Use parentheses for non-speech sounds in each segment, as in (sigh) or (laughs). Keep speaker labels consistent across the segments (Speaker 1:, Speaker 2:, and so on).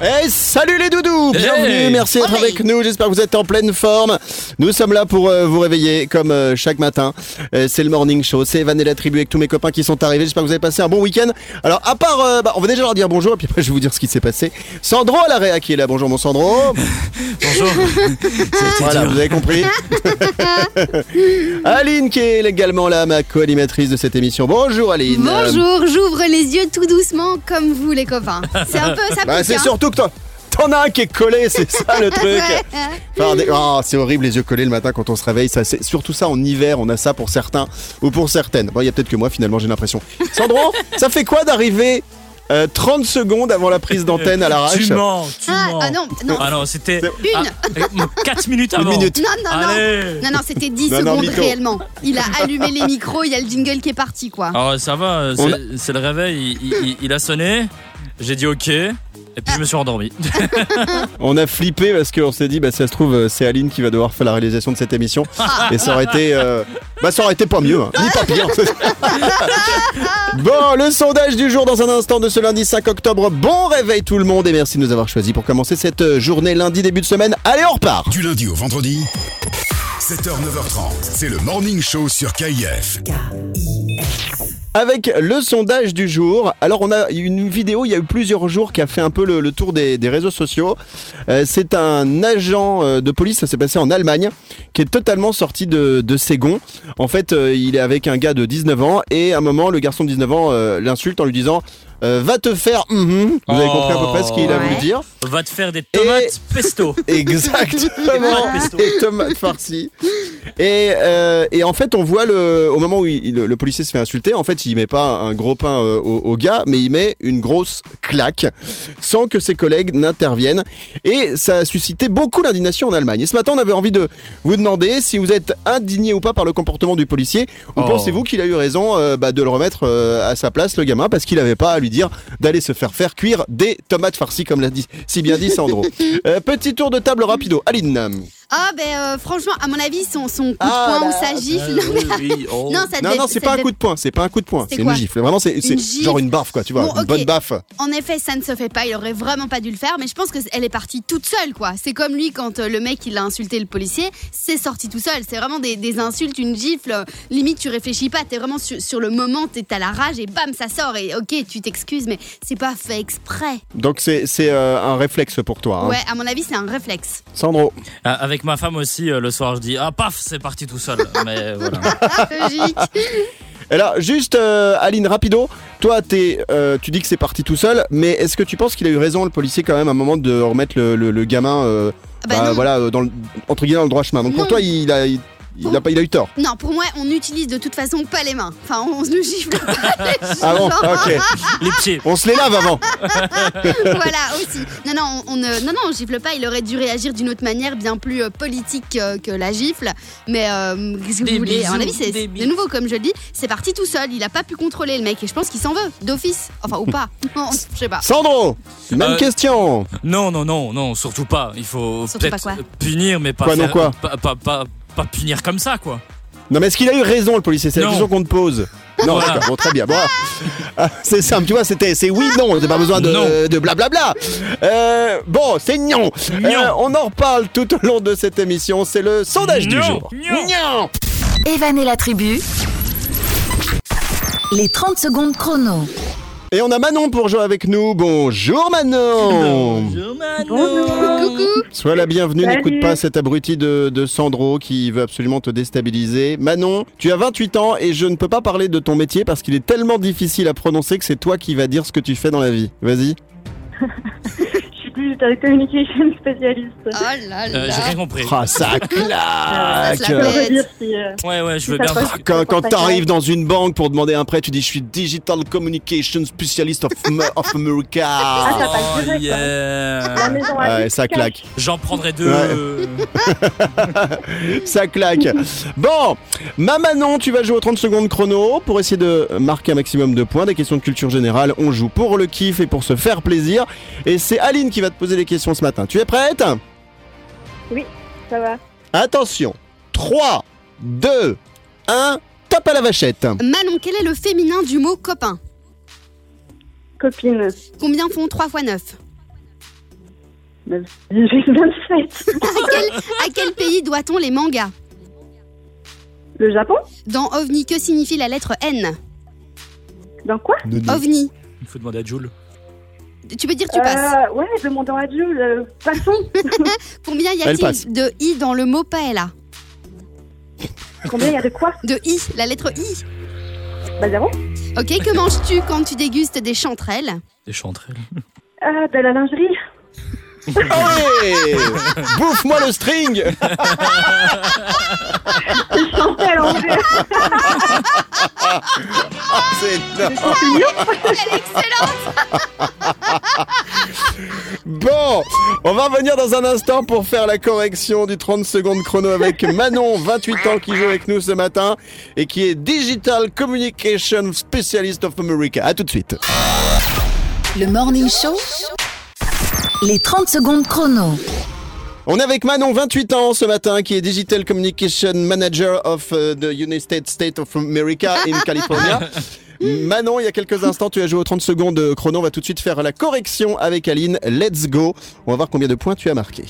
Speaker 1: Hey, Eh, salut les doudous Bienvenue,
Speaker 2: Hey
Speaker 1: merci d'être
Speaker 3: Oh,
Speaker 1: avec
Speaker 3: hey
Speaker 1: nous, j'espère que vous êtes en pleine forme. Nous sommes là pour euh, vous réveiller comme euh, chaque matin. Euh, c'est le morning show, c'est Evan et la tribu avec tous mes copains qui sont arrivés, j'espère que vous avez passé un bon week-end. Alors à part, euh, bah, on va déjà leur dire bonjour et puis après je vais vous dire ce qui s'est passé. Sandro à la réa qui est là, bonjour mon Sandro
Speaker 2: Bonjour. (laughs)
Speaker 1: Voilà, vous avez compris Aline qui est également là, ma co-animatrice de cette émission. Bonjour Aline
Speaker 4: Bonjour, j'ouvre les yeux tout doucement comme vous les copains. C'est un peu ça.
Speaker 1: Bah,
Speaker 4: pique,
Speaker 1: c'est
Speaker 4: hein.
Speaker 1: surtout que t'en- t'en as un qui est collé, c'est ça le truc.
Speaker 4: (laughs) Euh,
Speaker 1: Enfin, des- oh, c'est horrible les yeux collés le matin quand on se réveille. Ça, c'est surtout ça en hiver, on a ça pour certains ou pour certaines. Bon, il y a peut-être que moi finalement j'ai l'impression.
Speaker 2: (laughs)
Speaker 1: Sandro, ça fait quoi d'arriver euh, 30 secondes avant la prise d'antenne à l'arrache
Speaker 2: Tu mens, tu
Speaker 4: Ah,
Speaker 2: mens.
Speaker 4: ah non, non.
Speaker 2: Ah non, c'était. Ah,
Speaker 4: Une.
Speaker 2: 4 minutes avant.
Speaker 1: minute.
Speaker 4: Non, non, non.
Speaker 2: Allez.
Speaker 4: Non, non, c'était
Speaker 1: Non,
Speaker 4: 10
Speaker 1: non,
Speaker 4: secondes
Speaker 1: mytho.
Speaker 4: réellement. Il a allumé les micros, il y a le jingle qui est parti, quoi.
Speaker 1: Ah.
Speaker 2: Alors ça va,
Speaker 1: On
Speaker 2: c'est c'est le réveil, il, il- il a sonné, j'ai dit ok, et puis je me suis endormi.
Speaker 1: On a flippé parce qu'on s'est dit, bah, ça se trouve, euh, c'est Aline qui va devoir faire la réalisation de cette émission. Et ça aurait été. euh, Bah, ça aurait été pas mieux, hein. ni pas pire.
Speaker 2: (laughs)
Speaker 1: bon, le sondage du jour dans un instant de ce lundi 5 octobre. Bon réveil tout le monde et merci de nous avoir choisis pour commencer cette euh, journée lundi début de semaine. Allez, on repart
Speaker 5: Du lundi au vendredi, 7h, 9h30, c'est le morning show sur KIF.
Speaker 1: Avec le sondage du jour. Alors, on a une vidéo, il y a eu plusieurs jours, qui a fait un peu le, le tour des, des réseaux sociaux. Euh, c'est un agent euh, de police, ça s'est passé en Allemagne, qui est totalement sorti de, de ses gonds. En fait, euh, il est avec un gars de 19 ans, et à un moment, le garçon de 19 ans euh, l'insulte en lui disant euh, Va te faire. mhm. Vous avez
Speaker 2: Oh.
Speaker 1: compris à peu près ce qu'il a voulu
Speaker 4: Ouais.
Speaker 1: dire
Speaker 2: (laughs) Va te faire des tomates pesto.
Speaker 1: Exactement.
Speaker 2: Des tomates pesto.
Speaker 1: et tomates farcies. Et, euh, et en fait, on voit le, au moment où il- le, le policier se fait insulter, en fait, il met pas un gros pain euh, au, au gars, mais il met une grosse claque sans que ses collègues n'interviennent. Et ça a suscité beaucoup d'indignation en Allemagne. Et ce matin, on avait envie de vous demander si vous êtes indigné ou pas par le comportement du policier, ou
Speaker 2: Oh.
Speaker 1: pensez-vous qu'il a eu raison euh, bah, de le remettre euh, à sa place, le gamin, parce qu'il n'avait pas à lui dire d'aller se faire faire cuire des tomates farcies, comme l'a dit si bien dit Sandro. Euh, petit tour de table rapido. Aline.
Speaker 4: Ah, ben euh, franchement, à mon avis, son, son coup de
Speaker 1: (laughs) Ah oh.
Speaker 4: poing ou
Speaker 1: là.
Speaker 4: sa gifle. Non, mais- (laughs) non, ça
Speaker 1: Non,
Speaker 4: devait-
Speaker 1: non, c'est
Speaker 4: ça
Speaker 1: pas un
Speaker 4: devait-
Speaker 1: coup de poing, c'est pas un coup de poing,
Speaker 4: C'est
Speaker 1: c'est une
Speaker 4: quoi
Speaker 1: gifle. Vraiment, c'est c'est
Speaker 4: gifle
Speaker 1: genre une baffe, quoi, tu vois,
Speaker 4: Bon,
Speaker 1: une
Speaker 4: ok.
Speaker 1: bonne baffe.
Speaker 4: En effet, ça ne se fait pas, il aurait vraiment pas dû le faire, mais je pense qu'elle est partie toute seule, quoi. C'est comme lui quand euh, le mec, il a insulté le policier, c'est sorti tout seul. C'est vraiment des, des insultes, une gifle, euh, limite tu réfléchis pas, t'es vraiment sur, sur le moment, t'es à la rage et bam, ça sort. Et ok, tu t'excuses, mais c'est pas fait exprès.
Speaker 1: Donc, c'est c'est, euh, un réflexe pour toi. hein.
Speaker 4: Ouais, à mon avis, c'est
Speaker 1: (laughs)
Speaker 4: un réflexe.
Speaker 1: Sandro.
Speaker 2: Ah, Avec ma femme aussi, euh, le soir, je dis ah paf, c'est parti tout seul. Mais
Speaker 4: (laughs)
Speaker 2: voilà.
Speaker 4: Ah, Logique.
Speaker 1: Et là, juste, euh, Aline, rapido, toi, es, tu dis que c'est parti tout seul, mais est-ce que tu penses qu'il a eu raison, le policier, quand même, à un moment, de remettre le, le- le gamin, euh,
Speaker 4: Bah
Speaker 1: bah,
Speaker 4: non.
Speaker 1: voilà, euh, dans le, entre guillemets, dans le droit chemin. Donc, pour
Speaker 4: Non.
Speaker 1: toi, il a, il, il a pas, il a eu tort.
Speaker 4: Non, pour moi, on n'utilise de toute façon pas les mains. Enfin, on ne gifle
Speaker 1: (laughs)
Speaker 4: pas les gens.
Speaker 1: Ah bon
Speaker 4: (laughs)
Speaker 1: Ok.
Speaker 2: Les pieds.
Speaker 1: On se les lave avant.
Speaker 4: voilà, aussi. Non, non, on, on, euh, non, non, on gifle pas. Il aurait dû réagir d'une autre manière bien plus euh, politique euh, que la gifle. Mais euh, qu'est-ce que
Speaker 2: Des
Speaker 4: vous voulez À mon
Speaker 2: bisous,
Speaker 4: avis, c'est
Speaker 2: des
Speaker 4: c'est-
Speaker 2: bisous.
Speaker 4: de nouveau, comme je le dis, c'est parti tout seul. Il a pas pu contrôler le mec et je pense qu'il s'en veut d'office. Enfin, ou pas. Non, je sais pas.
Speaker 1: Sandro, même
Speaker 2: Euh,
Speaker 1: question.
Speaker 2: Non, non, non, non, surtout pas. Il faut
Speaker 4: Surtout pas
Speaker 2: peut-être
Speaker 4: quoi
Speaker 2: punir, mais pas
Speaker 1: Quoi, non,
Speaker 2: faire-
Speaker 1: quoi
Speaker 2: pas, pas- pas- pas punir comme ça, quoi.
Speaker 1: Non, mais est-ce qu'il a eu raison, le policier C'est la
Speaker 2: Non.
Speaker 1: question qu'on te pose. Non,
Speaker 2: Voilà.
Speaker 1: d'accord, bon, très bien. Bon, ah, c'est simple, tu vois, c'était, c'est oui, non, t'as pas besoin de,
Speaker 2: Non.
Speaker 1: de blablabla. Euh, bon, c'est non.
Speaker 2: Non.
Speaker 1: on en reparle tout au long de cette émission, c'est le sondage du
Speaker 2: Non,
Speaker 1: jour.
Speaker 2: non.
Speaker 3: Evan et la tribu. Les 30 secondes chrono.
Speaker 1: Et on a Manon pour jouer avec nous. Bonjour Manon.
Speaker 4: Coucou.
Speaker 1: Sois la bienvenue,
Speaker 6: Salut.
Speaker 1: n'écoute pas cet abruti de, de Sandro qui veut absolument te déstabiliser. Manon, tu as 28 ans et je ne peux pas parler de ton métier parce qu'il est tellement difficile à prononcer que c'est toi qui vas dire ce que tu fais dans la vie. Vas-y.
Speaker 6: Je suis plus, j'étais communication (laughs) spécialiste.
Speaker 4: Oh là là.
Speaker 2: Euh, J'ai rien compris.
Speaker 1: Ah, ça
Speaker 4: Ça,
Speaker 1: claque
Speaker 4: c'est la
Speaker 6: Je
Speaker 4: bête.
Speaker 6: veux dire si. euh,
Speaker 2: Ouais, ouais, je veux
Speaker 6: Ça
Speaker 2: bien.
Speaker 6: passe.
Speaker 1: Quand, quand t'arrives dans une banque pour demander un prêt, tu dis je suis digital communication specialist of, Am- of
Speaker 6: Ah,
Speaker 1: America.
Speaker 6: ça passe
Speaker 2: Oh
Speaker 6: direct, hein. la
Speaker 2: yeah
Speaker 6: maison à
Speaker 1: Ouais,
Speaker 6: lui,
Speaker 1: ça claque,
Speaker 2: J'en prendrai deux.
Speaker 1: ça claque. Bon, ma Manon, tu vas jouer aux 30 secondes chrono pour essayer de marquer un maximum de points. Des questions de culture générale, on joue pour le kiff et pour se faire plaisir. Et c'est Aline qui va te poser les questions ce matin. Tu es prête
Speaker 6: Ça va.
Speaker 1: Attention, 3, 2, 1, top à la vachette.
Speaker 4: Manon, quel est le féminin du mot copain
Speaker 6: Copine.
Speaker 4: Combien font 3 x 9
Speaker 6: Neuf. J'ai 27.
Speaker 4: à quel, à quel pays doit-on les mangas
Speaker 6: Le Japon
Speaker 4: Dans OVNI, que signifie la lettre N
Speaker 6: Dans quoi
Speaker 4: OVNI.
Speaker 2: Il faut demander à Jules.
Speaker 4: Tu peux dire tu passes.
Speaker 6: Euh, ouais, demandant à Jules. euh, Passons.
Speaker 4: Combien y
Speaker 1: Elle passe.
Speaker 4: a-t-il de I dans le mot paella
Speaker 6: Combien il y a de quoi
Speaker 4: De I, la lettre I.
Speaker 6: Bah, zéro.
Speaker 4: Ok, que manges-tu quand tu dégustes des chanterelles
Speaker 2: Des chanterelles.
Speaker 6: Ah, de la lingerie. (laughs)
Speaker 1: Allez Bouffe-moi le string
Speaker 6: Chantal en vrai.
Speaker 1: (laughs) C'est énorme.
Speaker 4: Oh, Elle est excellente
Speaker 1: Bon, on va revenir dans un instant pour faire la correction du 30 secondes chrono avec Manon, 28 ans, qui joue avec nous ce matin et qui est Digital Communication Specialist of America. À tout de suite.
Speaker 3: Le Morning Show, les 30 secondes chrono.
Speaker 1: On est avec Manon, 28 ans, ce matin, qui est Digital Communication Manager of euh, the United States of America in California. Manon, il y a quelques instants, tu as joué aux 30 secondes chrono. On va tout de suite faire la correction avec Aline. Let's go. On va voir combien de points tu as marqué.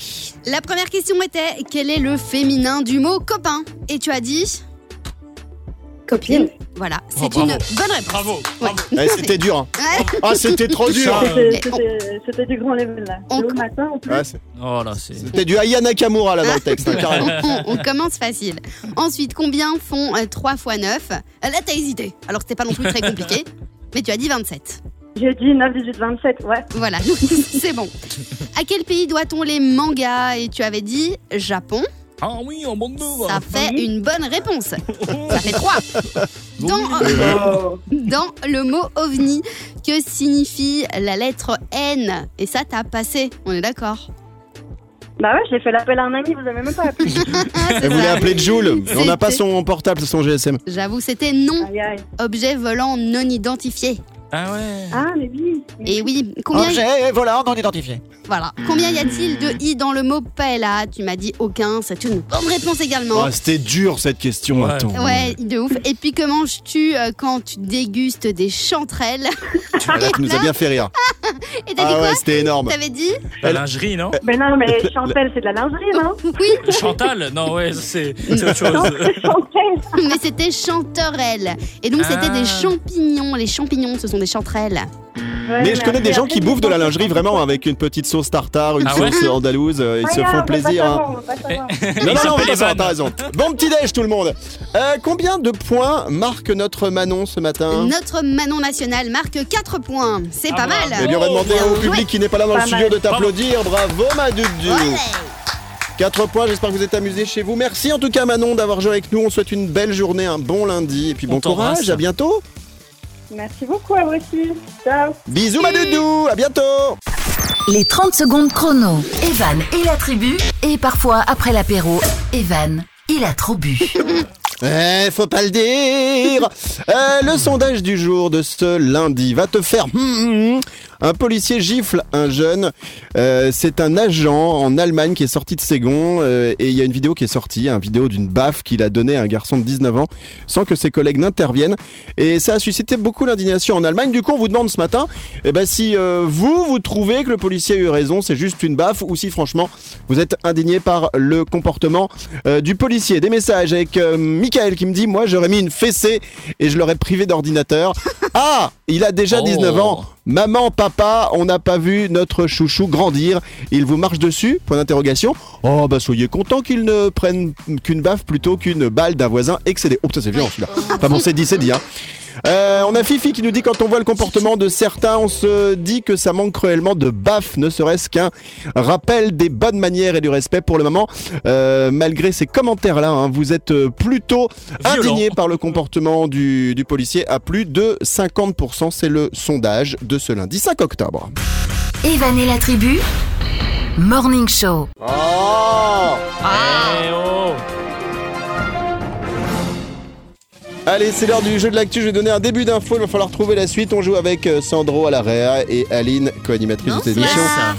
Speaker 4: La première question était quel est le féminin du mot copain Et tu as dit
Speaker 6: Copine.
Speaker 4: voilà,
Speaker 2: Oh,
Speaker 4: c'est
Speaker 2: bravo.
Speaker 4: une bonne réponse.
Speaker 2: Bravo.
Speaker 4: Ouais.
Speaker 1: Eh, c'était dur. hein.
Speaker 4: (laughs) Ouais.
Speaker 1: Ah, c'était trop dur.
Speaker 6: C'était- c'était- C'était du grand level là.
Speaker 4: On-
Speaker 6: Le matin en plus.
Speaker 1: Ah, c'est-
Speaker 2: Oh là, c'est.
Speaker 1: C'était du Aya Nakamura là dans le texte, hein,
Speaker 4: (laughs)
Speaker 1: carrément.
Speaker 4: on, on commence facile. Ensuite, combien font euh, 3 x 9 Euh, Là, t'as hésité. Alors, c'était pas non plus
Speaker 1: (laughs)
Speaker 4: très compliqué. Mais tu as dit 27.
Speaker 6: J'ai dit 9, 18, 27. Ouais.
Speaker 4: Voilà, (laughs) donc c'est bon. À quel pays doit-on les mangas Et tu avais dit Japon.
Speaker 2: Ah oui, en bande de.
Speaker 4: Ça fait une bonne réponse.
Speaker 1: (laughs)
Speaker 4: Ça fait 3. Dans,
Speaker 6: Oh.
Speaker 4: (laughs) dans le mot ovni, que signifie la lettre N Et ça, t'as passé. On est d'accord
Speaker 6: Bah ouais, j'ai fait l'appel à un ami, vous avez même pas appelé.
Speaker 4: Ah, c'est
Speaker 1: Elle voulait
Speaker 4: ça.
Speaker 1: appeler Jules. mais On n'a pas
Speaker 4: C'était-
Speaker 1: son portable, c'est son GSM.
Speaker 4: J'avoue, c'était non.
Speaker 6: Aïe aïe.
Speaker 4: Objet volant non identifié.
Speaker 2: Ah ouais.
Speaker 6: Ah, mais oui.
Speaker 4: Et oui, combien
Speaker 1: voilà, non identifié.
Speaker 4: Voilà. Combien y a-t-il de i dans le mot paella Tu m'as dit aucun, c'est une bonne réponse également.
Speaker 1: c'était dur cette question.
Speaker 2: Ouais.
Speaker 1: Attends.
Speaker 4: Ouais, de ouf. Et puis que manges-tu euh, quand tu dégustes des chanterelles (laughs)
Speaker 1: Ah, là, tu nous as bien fait rire.
Speaker 4: Et t'as dit
Speaker 1: Ah
Speaker 4: quoi
Speaker 1: ouais, c'était énorme.
Speaker 4: T'avais dit
Speaker 2: La lingerie, non
Speaker 6: Mais non, mais Chantal, c'est de la lingerie,
Speaker 4: (laughs)
Speaker 6: non
Speaker 4: Oui,
Speaker 2: Chantal Non, ouais, c'est
Speaker 4: Mm.
Speaker 2: c'est autre chose.
Speaker 6: Non, c'est Chantal.
Speaker 4: (laughs) mais c'était chanterelle. Et donc c'était
Speaker 2: Ah.
Speaker 4: des champignons. Les champignons, ce sont des chanterelles.
Speaker 6: Ouais,
Speaker 1: Mais je connais des
Speaker 6: après,
Speaker 1: gens
Speaker 6: après,
Speaker 1: qui
Speaker 6: ils
Speaker 1: bouffent de la
Speaker 6: font-
Speaker 1: lingerie vraiment avec une petite sauce tartare, une
Speaker 2: Ah ouais
Speaker 1: sauce andalouse. euh, Ils
Speaker 6: Ah,
Speaker 1: se
Speaker 6: regarde, on
Speaker 1: font
Speaker 6: peut pas
Speaker 1: plaisir. hein.
Speaker 6: savoir, on peut pas savoir.
Speaker 1: Non, non,
Speaker 2: Ils
Speaker 1: non, on va
Speaker 2: s'appellent
Speaker 1: pas savoir,
Speaker 2: Evan.
Speaker 1: t'as raison. Bon petit déj tout le monde. Euh, combien de points marque notre Manon ce matin
Speaker 4: Notre Manon nationale marque 4 points. C'est
Speaker 2: Ah
Speaker 4: pas
Speaker 2: bah.
Speaker 4: mal. Oh,
Speaker 1: Eh bien, on va demander
Speaker 4: Bien
Speaker 1: au
Speaker 4: joué.
Speaker 1: public qui n'est pas là dans le
Speaker 6: Pas
Speaker 1: studio
Speaker 6: mal.
Speaker 1: de t'applaudir. Bravo, ma Dudu.
Speaker 4: Ouais.
Speaker 1: 4 points, j'espère que vous êtes amusés chez vous. Merci en tout cas Manon d'avoir joué avec nous. On souhaite une belle journée, un bon lundi et puis
Speaker 2: On
Speaker 1: bon
Speaker 2: t'embrasse.
Speaker 1: courage, à bientôt.
Speaker 6: Merci beaucoup à vous aussi. Ciao.
Speaker 1: Bisous Madoudou, à bientôt.
Speaker 3: Les 30 secondes chrono. Evan et la tribu. Et parfois, après l'apéro, Evan, il a trop bu.
Speaker 1: Eh, faut pas le dire. Euh, le sondage du jour de ce lundi va te faire. hum, hum, hum. Un policier gifle un jeune. Euh, c'est un agent en Allemagne qui est sorti de ses gonds euh, et il y a une vidéo qui est sortie, une vidéo d'une baffe qu'il a donnée à un garçon de 19 ans sans que ses collègues n'interviennent. Et ça a suscité beaucoup d'indignation en Allemagne. Du coup, on vous demande ce matin, eh ben, si euh, vous, vous trouvez que le policier a eu raison, c'est juste une baffe, ou si franchement, vous êtes indigné par le comportement euh, du policier. Des messages avec euh, Michael qui me dit, moi, j'aurais mis une fessée et je l'aurais privé d'ordinateur. ah, il a déjà
Speaker 2: Oh.
Speaker 1: 19 ans. Maman, papa, on n'a pas vu notre chouchou grandir. Il vous marche dessus Point d'interrogation. Oh, bah soyez content qu'il ne prenne qu'une baffe plutôt qu'une balle d'un voisin excédé. Oh, putain, c'est violent celui-là. Enfin bon, c'est dit, c'est dit. Hein. Euh, on a Fifi qui nous dit quand on voit le comportement de certains, on se dit que ça manque cruellement de baf, ne serait-ce qu'un rappel des bonnes manières et du respect pour le moment. Euh, malgré ces commentaires-là, hein, vous êtes plutôt
Speaker 2: Violent.
Speaker 1: indigné par le comportement du, du policier à plus de 50%. C'est le sondage de ce lundi 5 octobre.
Speaker 3: Evan et la tribu, Morning Show.
Speaker 2: Eh oh
Speaker 1: Allez, c'est l'heure du jeu de l'actu. Je vais donner un début d'info. Il va falloir trouver la suite. On joue avec euh, Sandro à la réa et Aline, co-animatrice de cette émission.
Speaker 4: Ah.
Speaker 2: ça.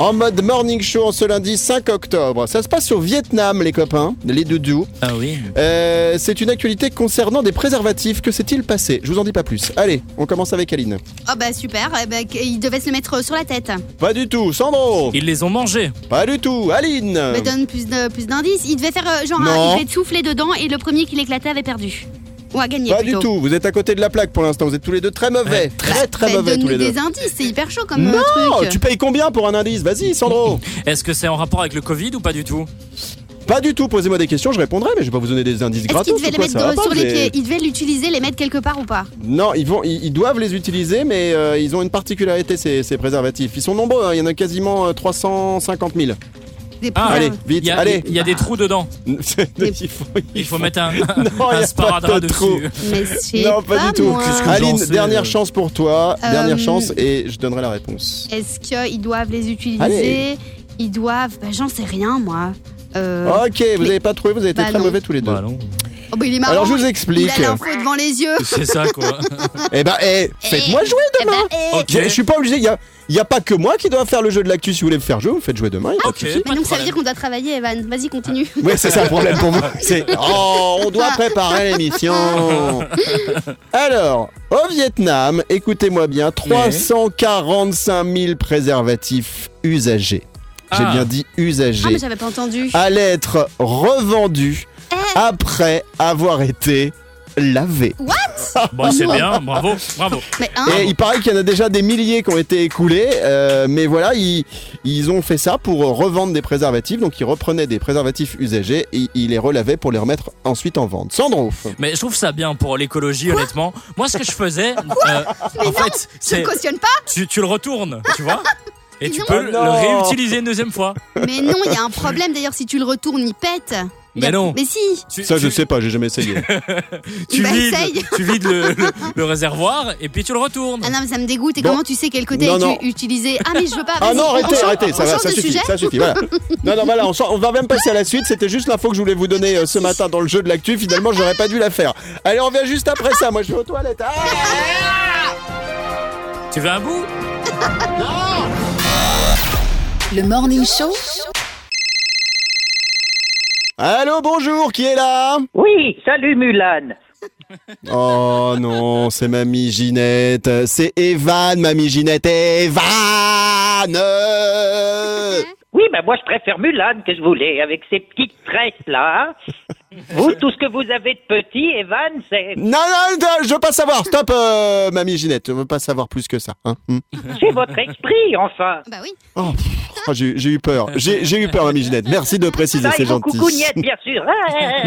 Speaker 1: En mode morning show en ce lundi 5 octobre. Ça se passe au Vietnam, les copains, les doudous.
Speaker 2: Ah oui.
Speaker 1: Euh, c'est une actualité concernant des préservatifs. Que s'est-il passé Je vous en dis pas plus. Allez, on commence avec Aline.
Speaker 4: Oh bah super, eh bah, il devait se le mettre sur la tête.
Speaker 1: Pas du tout, Sandro.
Speaker 2: Ils les ont mangés.
Speaker 1: Pas du tout, Aline.
Speaker 4: Me donne plus de- plus d'indices. Il devait faire euh, genre
Speaker 1: Non.
Speaker 4: un, il devait souffler dedans et le premier qui l'éclatait avait perdu. Ou a gagné
Speaker 1: Pas du
Speaker 4: plutôt.
Speaker 1: tout. Vous êtes à côté de la plaque pour l'instant. Vous êtes tous les deux très mauvais, très très
Speaker 4: Bah,
Speaker 1: mauvais tous
Speaker 4: Donne-nous
Speaker 1: les deux.
Speaker 4: des indices, c'est hyper chaud comme
Speaker 1: Non,
Speaker 4: euh, truc.
Speaker 1: tu payes combien pour un indice Vas-y, Sandro.
Speaker 2: Est-ce que c'est en rapport avec le Covid ou pas du tout
Speaker 1: Pas du tout, posez-moi des questions, je répondrai, mais je vais pas vous donner des indices
Speaker 4: Est-ce
Speaker 1: gratos.
Speaker 4: qu'il devait
Speaker 1: ou
Speaker 4: les
Speaker 1: quoi,
Speaker 4: mettre
Speaker 1: ça va
Speaker 4: euh,
Speaker 1: pas,
Speaker 4: sur les
Speaker 1: mais-
Speaker 4: pieds Il devait l'utiliser, les mettre quelque part ou pas
Speaker 1: Non, ils, vont, ils, ils doivent les utiliser, mais euh, ils ont une particularité, ces, ces préservatifs. Ils sont nombreux, hein, il y en a quasiment euh, 350 000.
Speaker 4: Des
Speaker 2: Ah,
Speaker 1: Allez,
Speaker 4: preuves.
Speaker 1: vite,
Speaker 2: Il y a,
Speaker 1: allez.
Speaker 2: il y a des trous dedans.
Speaker 1: (laughs) il faut,
Speaker 2: Il faut mettre
Speaker 1: (laughs)
Speaker 2: un,
Speaker 1: Non, il y a
Speaker 2: un
Speaker 1: pas
Speaker 2: sparadrap
Speaker 1: de
Speaker 2: dessus.
Speaker 1: trou.
Speaker 4: Mais c'est
Speaker 1: Non, pas, du tout.
Speaker 4: moi.
Speaker 2: Qu'est-ce que- j'en
Speaker 1: Aline,
Speaker 2: sais,
Speaker 1: dernière
Speaker 2: euh.
Speaker 1: chance pour toi.
Speaker 4: Euh,
Speaker 1: Dernière chance et je donnerai la réponse.
Speaker 4: Est-ce qu'ils doivent les utiliser
Speaker 1: Allez.
Speaker 4: Ils doivent. Bah, J'en sais rien, moi. Euh,
Speaker 1: Ok, vous n'avez pas trouvé, vous avez été
Speaker 4: Bah
Speaker 1: très
Speaker 4: non.
Speaker 1: mauvais tous les deux.
Speaker 2: Bah non.
Speaker 4: oh, bah, il est marrant.
Speaker 1: Alors je vous
Speaker 4: il
Speaker 1: explique.
Speaker 4: a l'info devant les yeux.
Speaker 2: C'est ça
Speaker 1: (laughs)
Speaker 2: quoi.
Speaker 1: Eh ben, eh, faites-moi jouer
Speaker 4: Eh
Speaker 1: demain.
Speaker 4: bah, eh.
Speaker 2: Ok.
Speaker 1: Je, je suis pas obligé, il y a, il y a pas que moi qui dois faire le jeu de l'actu. Si vous voulez me faire jouer, vous faites jouer demain. il y a pas de
Speaker 2: Ok.
Speaker 1: souci.
Speaker 4: Bah, donc ça
Speaker 2: problème.
Speaker 4: veut dire qu'on doit travailler, Evan. Vas-y, continue.
Speaker 1: Oui, c'est ça le problème pour moi. (laughs) C'est oh, on doit préparer l'émission. (laughs) Alors, au Vietnam, écoutez-moi bien, 345 000 préservatifs usagés. J'ai
Speaker 2: Ah.
Speaker 1: bien dit
Speaker 4: Ah,
Speaker 1: usagés.
Speaker 4: mais Eh. j'avais pas entendu.
Speaker 1: Allaient être revendus après avoir été lavés.
Speaker 2: Bon, c'est bien, bravo, bravo.
Speaker 4: Mais hein
Speaker 1: Et il paraît qu'il y en a déjà des milliers qui ont été écoulés, euh, mais voilà, ils, ils ont fait ça pour revendre des préservatifs, donc ils reprenaient des préservatifs usagés et ils les relavaient pour les remettre ensuite en vente. Sandro
Speaker 2: Mais je trouve ça bien pour l'écologie, honnêtement. Moi, ce que je
Speaker 4: (laughs)
Speaker 2: faisais, euh, en fait,
Speaker 4: Tu
Speaker 2: c'est
Speaker 4: ne cautionnes pas
Speaker 2: tu, tu le retournes, tu
Speaker 4: (laughs)
Speaker 2: vois, et tu
Speaker 4: Non.
Speaker 2: peux
Speaker 1: Oh
Speaker 2: le
Speaker 1: non.
Speaker 2: réutiliser une deuxième fois.
Speaker 4: Mais non, il y a un problème d'ailleurs. Si tu le retournes, il pète. Il y a-
Speaker 2: Mais non.
Speaker 4: Mais si
Speaker 2: Tu,
Speaker 1: Ça, je
Speaker 2: tu-
Speaker 1: sais pas, j'ai jamais essayé.
Speaker 2: Tu
Speaker 4: Bah,
Speaker 2: vides,
Speaker 4: essaye.
Speaker 2: tu vides le,
Speaker 4: (laughs)
Speaker 2: le- le réservoir et puis tu le retournes.
Speaker 4: Ah non, mais ça me dégoûte. Et
Speaker 1: Bon.
Speaker 4: comment tu sais quel côté
Speaker 1: Non,
Speaker 4: as-tu
Speaker 1: non.
Speaker 4: utilisé Ah, mais je veux pas.
Speaker 1: Ah
Speaker 4: vas-y,
Speaker 1: non,
Speaker 4: on
Speaker 1: arrêtez,
Speaker 4: change-
Speaker 1: arrêtez, ça
Speaker 4: on
Speaker 1: va,
Speaker 4: change
Speaker 1: ça
Speaker 4: de
Speaker 1: suffit,
Speaker 4: sujet
Speaker 1: ça suffit, voilà. Non, non, voilà, on, sort- on va même passer à la suite, c'était juste l'info que je voulais vous donner euh, ce matin dans le jeu de l'actu, finalement, j'aurais pas dû la faire. Allez, on vient juste après ça, moi je vais aux toilettes. Ah
Speaker 2: Tu veux un bout (laughs)
Speaker 3: Le Morning Show,
Speaker 1: Ah Allô, bonjour, qui est là
Speaker 7: Oui, salut Mulan.
Speaker 1: Oh non, c'est Mamie Ginette. C'est Evan, Mamie Ginette. Evan
Speaker 7: Oui, ben moi je préfère Mulan que je voulais, avec ses petites tresses là. hein. Vous, tout ce que vous avez de petit, Evan, c'est
Speaker 1: Non, non, non, je veux pas savoir. Stop, euh, Mamie Ginette. Je veux pas savoir plus que ça. hein. Hmm.
Speaker 7: c'est votre esprit, enfin.
Speaker 4: Bah oui.
Speaker 1: Oh, pff, oh, j'ai j'ai eu peur. J'ai j'ai eu peur, Mamie Ginette. Merci de préciser,
Speaker 7: Ça,
Speaker 1: c'est
Speaker 7: il faut
Speaker 1: gentil.
Speaker 7: coucougnette, bien sûr. Ah,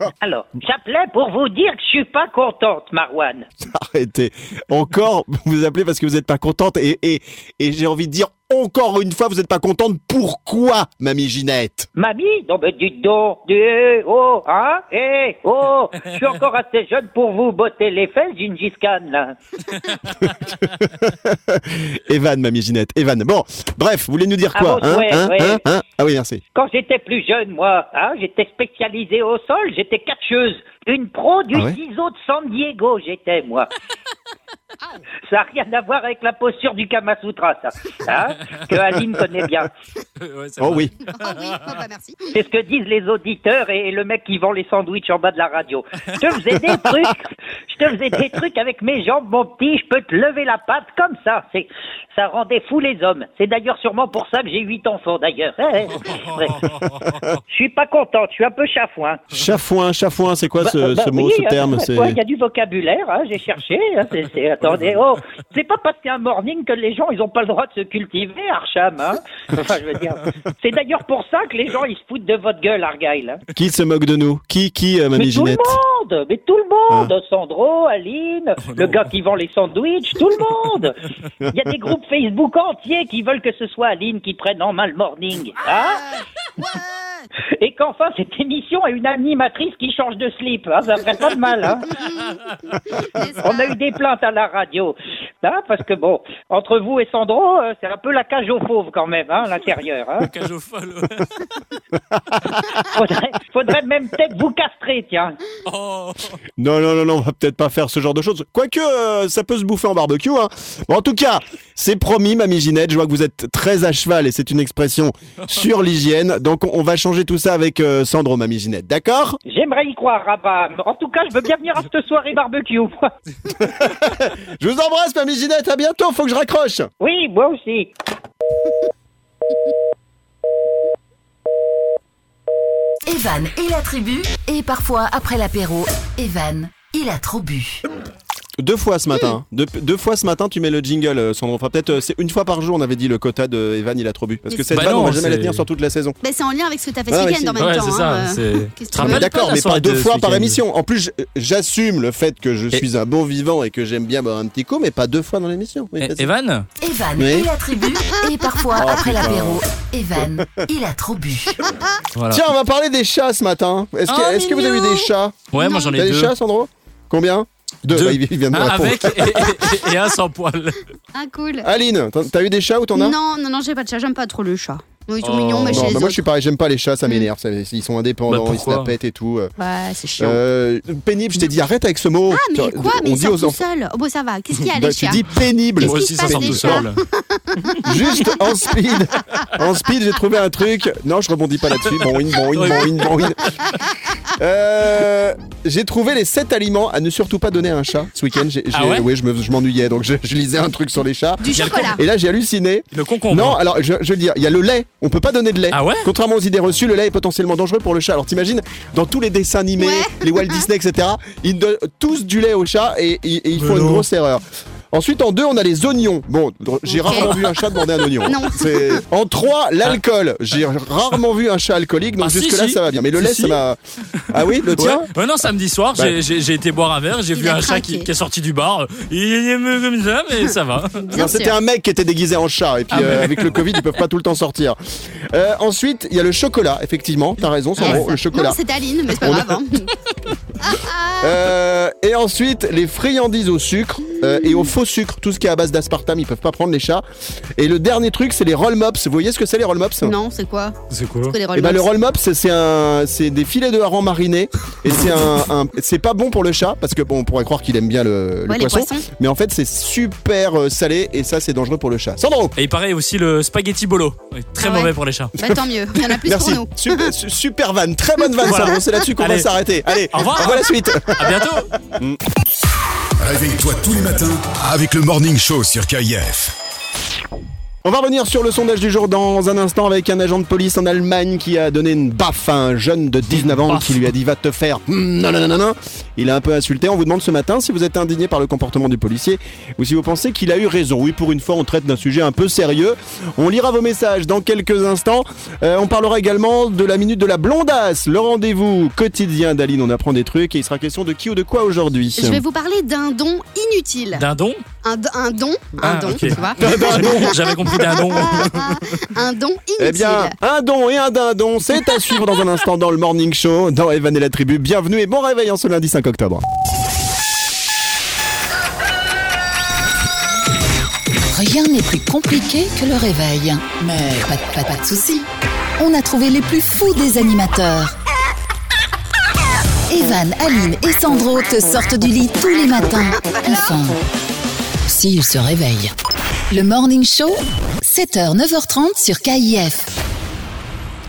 Speaker 1: Non
Speaker 7: Alors, j'appelais pour vous dire que je suis pas contente, Marwan.
Speaker 1: Arrêtez. Encore, vous appelez parce que vous n'êtes pas contente. Et, et, et j'ai envie de dire encore une fois, vous n'êtes pas contente. Pourquoi, Mamie Ginette
Speaker 7: Mamie, non mais dites donc, du- oh, hein, eh, oh, je suis encore assez jeune pour vous botter les fesses, Gingis Khan, là.
Speaker 1: (laughs) Evan, Mamie Ginette. Evan. Bon, bref, vous voulez nous dire
Speaker 7: Ah
Speaker 1: quoi hein,
Speaker 7: bon, ouais, ouais.
Speaker 1: Ah oui, merci.
Speaker 7: Quand j'étais plus jeune, moi, hein, j'étais spécialisée au sol, j'étais catcheuse. Une pro du
Speaker 1: Ah ouais
Speaker 7: ciseau de San Diego, j'étais, moi. Ça n'a rien à voir avec la posture du Kama Sutra, ça. Hein, que Aline connaît bien.
Speaker 2: Euh, ouais, c'est
Speaker 1: Oh
Speaker 2: (laughs) vrai.
Speaker 1: oui.
Speaker 4: Oh oui, oh bah
Speaker 1: (laughs)
Speaker 4: merci.
Speaker 7: C'est ce que disent les auditeurs et le mec qui vend les sandwichs en bas de la radio. Je te faisais des trucs, je te faisais des trucs avec mes jambes, mon petit, je peux te lever la patte comme ça. C'est, ça rendait fou les hommes. C'est d'ailleurs sûrement pour ça que j'ai huit enfants, d'ailleurs. Eh, eh. Bref.
Speaker 2: (laughs) Oh,
Speaker 7: Je suis pas contente, je suis un peu chafouin.
Speaker 1: Chafouin, chafouin, c'est quoi ce,
Speaker 7: Bah,
Speaker 1: ce
Speaker 7: bah
Speaker 1: mot,
Speaker 7: oui,
Speaker 1: ce
Speaker 7: hein,
Speaker 1: terme
Speaker 7: ouais,
Speaker 1: c'est...
Speaker 7: ouais, Il y a du vocabulaire, hein, j'ai cherché. hein, c'est-
Speaker 1: (laughs)
Speaker 7: c'est- attendez, oh, c'est pas parce qu'il y a un morning que les gens, ils ont pas le droit de se cultiver, Archam. hein.
Speaker 1: (laughs)
Speaker 7: Enfin, je veux dire, c'est d'ailleurs pour ça que les gens, ils se foutent de votre gueule, Argyle. hein.
Speaker 1: Qui se moque de nous Qui, qui, euh,
Speaker 7: Mais
Speaker 1: Mamie
Speaker 7: tout
Speaker 1: Ginette
Speaker 7: le monde, mais tout le monde,
Speaker 1: Ah.
Speaker 7: Sandro, Aline,
Speaker 1: Oh
Speaker 7: le gars qui vend les sandwichs, tout le monde. Il y a des groupes Facebook entiers qui veulent que ce soit Aline qui prenne en main le morning. Hein Et qu'enfin cette émission ait une animatrice qui change de slip, hein, ça ferait pas de mal. Hein on a eu des plaintes à la radio. Hein, parce que bon, entre vous et Sandro, euh, c'est un peu la cage aux fauves quand même, hein, à l'intérieur. Hein.
Speaker 2: Cage au folle, ouais.
Speaker 7: Faudrait, faudrait même peut-être vous castrer, tiens.
Speaker 2: Oh.
Speaker 1: Non, non, non, non, on va peut-être pas faire ce genre de choses. Quoique, euh, ça peut se bouffer en barbecue. Hein. Bon, en tout cas, c'est promis, Mamie Ginette. Je vois que vous êtes très à cheval et c'est une expression sur l'hygiène. Donc, on, on va changer tout ça avec euh, Sandro, Mamie Ginette. D'accord
Speaker 7: J'aimerais y croire, Rabat. En tout cas, je veux bien venir à cette soirée barbecue.
Speaker 1: Je vous embrasse, Mamie Ginette. À bientôt. Faut que je raccroche.
Speaker 7: Oui, moi aussi.
Speaker 3: Evan et la tribu, et parfois après l'apéro, Evan, il a trop bu.
Speaker 1: Deux fois ce matin.
Speaker 2: Hmm.
Speaker 1: Deux, deux fois ce matin, tu mets le jingle, euh, Sandro. Enfin, peut-être euh, c'est une fois par jour, on avait dit le quota de Evan, il a trop bu. Parce que cette
Speaker 2: Bah
Speaker 1: vanne, on
Speaker 2: non,
Speaker 1: va jamais la
Speaker 2: c'est-
Speaker 1: tenir sur toute la saison.
Speaker 4: Ben, c'est en lien avec ce que t'as fait
Speaker 1: Ouais,
Speaker 4: ce
Speaker 1: ouais,
Speaker 4: week-end en
Speaker 1: c'est-
Speaker 4: même
Speaker 2: Ouais,
Speaker 4: temps.
Speaker 2: c'est
Speaker 4: hein,
Speaker 2: ça.
Speaker 4: euh,
Speaker 2: c'est-
Speaker 4: qu'est-ce que
Speaker 2: Tu
Speaker 4: tu
Speaker 2: te
Speaker 4: veux
Speaker 1: Mais
Speaker 2: rappelles
Speaker 1: d'accord,
Speaker 2: pas la
Speaker 1: mais pas
Speaker 2: soirée
Speaker 1: deux
Speaker 2: de ce
Speaker 1: fois par
Speaker 2: week-end
Speaker 1: émission. En plus, je- j'assume le fait que je
Speaker 2: Et-
Speaker 1: suis un bon vivant et que j'aime bien boire un petit coup, mais pas deux fois dans l'émission. Oui,
Speaker 2: Eh,
Speaker 1: vas-y.
Speaker 2: Evan
Speaker 3: Evan
Speaker 1: Oui.
Speaker 3: et la tribu, et parfois
Speaker 1: Oh,
Speaker 3: après
Speaker 1: putain.
Speaker 3: l'apéro, Evan, il a trop bu.
Speaker 2: Voilà.
Speaker 1: Tiens, on va parler des chats ce matin. Est-ce que,
Speaker 2: Oh,
Speaker 1: est-ce que vous avez eu
Speaker 4: mignon.
Speaker 1: des chats
Speaker 2: Ouais, moi j'en
Speaker 1: T'as
Speaker 2: ai
Speaker 1: des
Speaker 2: deux.
Speaker 1: chats, Sandro Combien Deux.
Speaker 2: Deux.
Speaker 1: Bah, il vient de me
Speaker 2: Un
Speaker 1: répondre. (laughs)
Speaker 2: avec et, et- et- et un sans poil.
Speaker 4: Ah, cool.
Speaker 1: Aline, t'en- t'as eu des chats ou t'en as
Speaker 4: Non, non, non, j'ai pas de chat, j'aime pas trop le chat. Ils sont
Speaker 2: Oh.
Speaker 4: mignons, mais
Speaker 2: Non,
Speaker 4: chez
Speaker 1: bah
Speaker 4: les
Speaker 1: moi je suis pareil, j'aime pas les chats, ça
Speaker 4: Mm.
Speaker 1: m'énerve. ça- Ils sont indépendants,
Speaker 2: Bah,
Speaker 1: ils se
Speaker 2: pourquoi
Speaker 1: la pètent et tout. euh.
Speaker 4: autres. Ouais, c'est chiant.
Speaker 1: Euh, pénible, je t'ai dit arrête avec ce mot.
Speaker 4: ah, mais
Speaker 1: Tu-
Speaker 4: quoi Mais
Speaker 1: On
Speaker 4: ils
Speaker 1: dit
Speaker 4: sortent
Speaker 1: aux
Speaker 4: tout
Speaker 1: enfants.
Speaker 4: seuls. Oh, bon, ça va. Qu'est-ce qu'il y a,
Speaker 1: (laughs) Bah,
Speaker 4: les
Speaker 1: tu
Speaker 4: chiens
Speaker 1: dis pénible.
Speaker 4: Qu'est-ce
Speaker 2: Moi aussi
Speaker 4: qui se
Speaker 2: ça
Speaker 4: passe,
Speaker 2: sort
Speaker 4: les
Speaker 2: tout
Speaker 4: chats
Speaker 2: seul.
Speaker 1: Juste en speed. En speed, j'ai trouvé un truc. Non, je rebondis pas là-dessus. Bon, in, bon, in, bon, in, bon, in. Euh, j'ai trouvé les 7 aliments à ne surtout pas donner à un chat ce week-end. J'ai- j'ai-
Speaker 2: Ah ouais
Speaker 1: oui, je me- je m'ennuyais, donc je, je lisais un truc sur les chats.
Speaker 4: Du
Speaker 2: y a le
Speaker 4: chocolat.
Speaker 1: Et là, j'ai halluciné.
Speaker 2: Le concombre.
Speaker 1: Non, alors je, je veux dire, il y a le lait. On peut pas donner de lait.
Speaker 2: Ah ouais
Speaker 1: Contrairement aux idées reçues, le lait est potentiellement dangereux pour le chat. Alors t'imagines, dans tous les dessins animés,
Speaker 4: Ouais.
Speaker 1: les Walt Disney, etc., ils donnent tous du lait au chat et, et- et ils font une grosse erreur. Ensuite, en deux, on a les oignons. Bon, j'ai
Speaker 4: Ok.
Speaker 1: rarement vu un chat demander un oignon.
Speaker 4: Non.
Speaker 1: C'est- En trois, l'alcool. J'ai rarement vu un chat alcoolique, donc
Speaker 2: Ah, si,
Speaker 1: jusque-là,
Speaker 2: si.
Speaker 1: ça va bien. Mais le
Speaker 2: Si,
Speaker 1: lait,
Speaker 2: si.
Speaker 1: ça m'a. Ah oui, le
Speaker 2: Ouais.
Speaker 1: tien
Speaker 2: Ouais, non, samedi soir,
Speaker 1: Bah.
Speaker 2: j'ai- j'ai j'ai été boire un verre, j'ai
Speaker 4: Il
Speaker 2: vu
Speaker 4: a
Speaker 2: un chat
Speaker 4: craqué.
Speaker 2: qui, qui est sorti du bar. Il est comme ça, mais
Speaker 1: (laughs)
Speaker 2: ça va.
Speaker 4: Bien
Speaker 1: Non, c'était
Speaker 4: sûr.
Speaker 1: un mec qui était déguisé en chat. Et puis,
Speaker 2: Ah,
Speaker 1: euh,
Speaker 2: mais-
Speaker 1: avec le Covid, ils peuvent pas tout le temps sortir. Euh, ensuite, il y a le chocolat, effectivement. T'as raison,
Speaker 4: Ouais,
Speaker 1: Sandro,
Speaker 4: ça-
Speaker 1: le chocolat.
Speaker 4: Non, c'est Aline, mais c'est pas
Speaker 1: On a-
Speaker 4: grave.
Speaker 1: (laughs)
Speaker 4: hein. ah.
Speaker 1: Euh, et ensuite, les friandises au sucre euh, et au faux sucre, tout ce qui est à base d'aspartame, ils peuvent pas prendre les chats. Et le dernier truc, c'est les roll mops. Vous voyez ce que c'est les roll mops
Speaker 4: Non, c'est quoi
Speaker 2: C'est quoi
Speaker 4: C'est quoi les roll
Speaker 1: Et bah le
Speaker 4: mops
Speaker 1: roll mops, c'est un, c'est des filets de hareng marinés et c'est un, un- c'est pas bon pour le chat parce que bon, on pourrait croire qu'il aime bien le, le
Speaker 4: Ouais, les
Speaker 1: poisson,
Speaker 4: poissons.
Speaker 1: mais en fait c'est super euh, salé et ça c'est dangereux pour le chat. Sandro,
Speaker 2: Et il paraît aussi le spaghetti bolo. Ouais, Très
Speaker 4: Ah ouais.
Speaker 2: mauvais pour les chats.
Speaker 4: Bah, tant mieux. Il y en a plus
Speaker 1: merci,
Speaker 4: pour nous.
Speaker 1: super, su- super van, très
Speaker 4: (laughs)
Speaker 1: bonne van
Speaker 2: Voilà.
Speaker 1: Sandro, c'est là-dessus qu'on va
Speaker 2: Allez.
Speaker 1: s'arrêter. Allez,
Speaker 2: Au revoir.
Speaker 1: on voit la suite.
Speaker 2: À bientôt.
Speaker 5: Réveille-toi tous les matins avec le Morning Show sur KIF.
Speaker 1: On va revenir sur le sondage du jour dans un instant avec un agent de police en Allemagne qui a donné une baffe à un jeune de 19 ans
Speaker 2: Baffe.
Speaker 1: qui lui a dit va te faire hmm, non non non non non. Il a un peu insulté. On vous demande ce matin si vous êtes indigné par le comportement du policier ou si vous pensez qu'il a eu raison. Oui, pour une fois, on traite d'un sujet un peu sérieux. On lira vos messages dans quelques instants. Euh, on parlera également de la minute de la blondasse, le rendez-vous quotidien d'Aline. On apprend des trucs et il sera question de qui ou de quoi aujourd'hui.
Speaker 4: Je vais vous parler d'un don inutile.
Speaker 2: Dindon
Speaker 4: Un, d- un don, un
Speaker 2: Ah,
Speaker 4: don,
Speaker 2: ok.
Speaker 1: (laughs)
Speaker 4: tu vois. ah,
Speaker 2: J'avais compris dindon.
Speaker 4: un don inutile.
Speaker 1: Eh bien, un don et un dindon, c'est à suivre dans un instant dans le Morning Show, dans Evan et la Tribu. Bienvenue et bon réveil en ce lundi 5 octobre.
Speaker 3: Rien n'est plus compliqué que le réveil. Mais pas, de- pas- pas de soucis. On a trouvé les plus fous des animateurs. Evan, Aline et Sandro te sortent du lit tous les matins. Enfin, s'ils se réveillent. Le Morning Show, 7h, 9h30 sur KIF.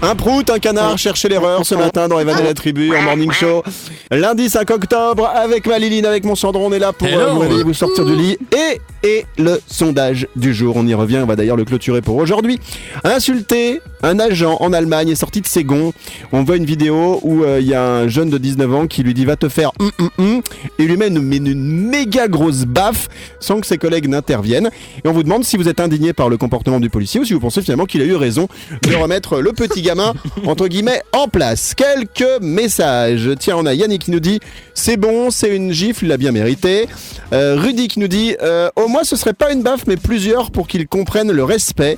Speaker 1: Un prout, un canard, cherchez l'erreur ce matin dans Evan et la Tribu en Morning Show. Lundi 5 octobre, avec ma Liline, avec mon Sandro, on est là pour
Speaker 2: Hello.
Speaker 1: euh, vous réveiller, vous sortir du lit et et le sondage du jour. On y revient, on va d'ailleurs le clôturer pour aujourd'hui. Insulter un agent en Allemagne est sorti de ses gonds. On voit une vidéo où euh, il y a un jeune de 19 ans qui lui dit va te faire hum hum hum et lui met une, mais une méga grosse baffe sans que ses collègues n'interviennent. Et on vous demande si vous êtes indigné par le comportement du policier ou si vous pensez finalement qu'il a eu raison de remettre le petit gamin entre guillemets en place. Quelques messages. Tiens, on a Yannick qui nous dit c'est bon, c'est une gifle, il l'a bien mérité. Euh, Rudy qui nous dit euh, au moins ce serait pas une baffe mais plusieurs pour qu'ils comprennent le respect.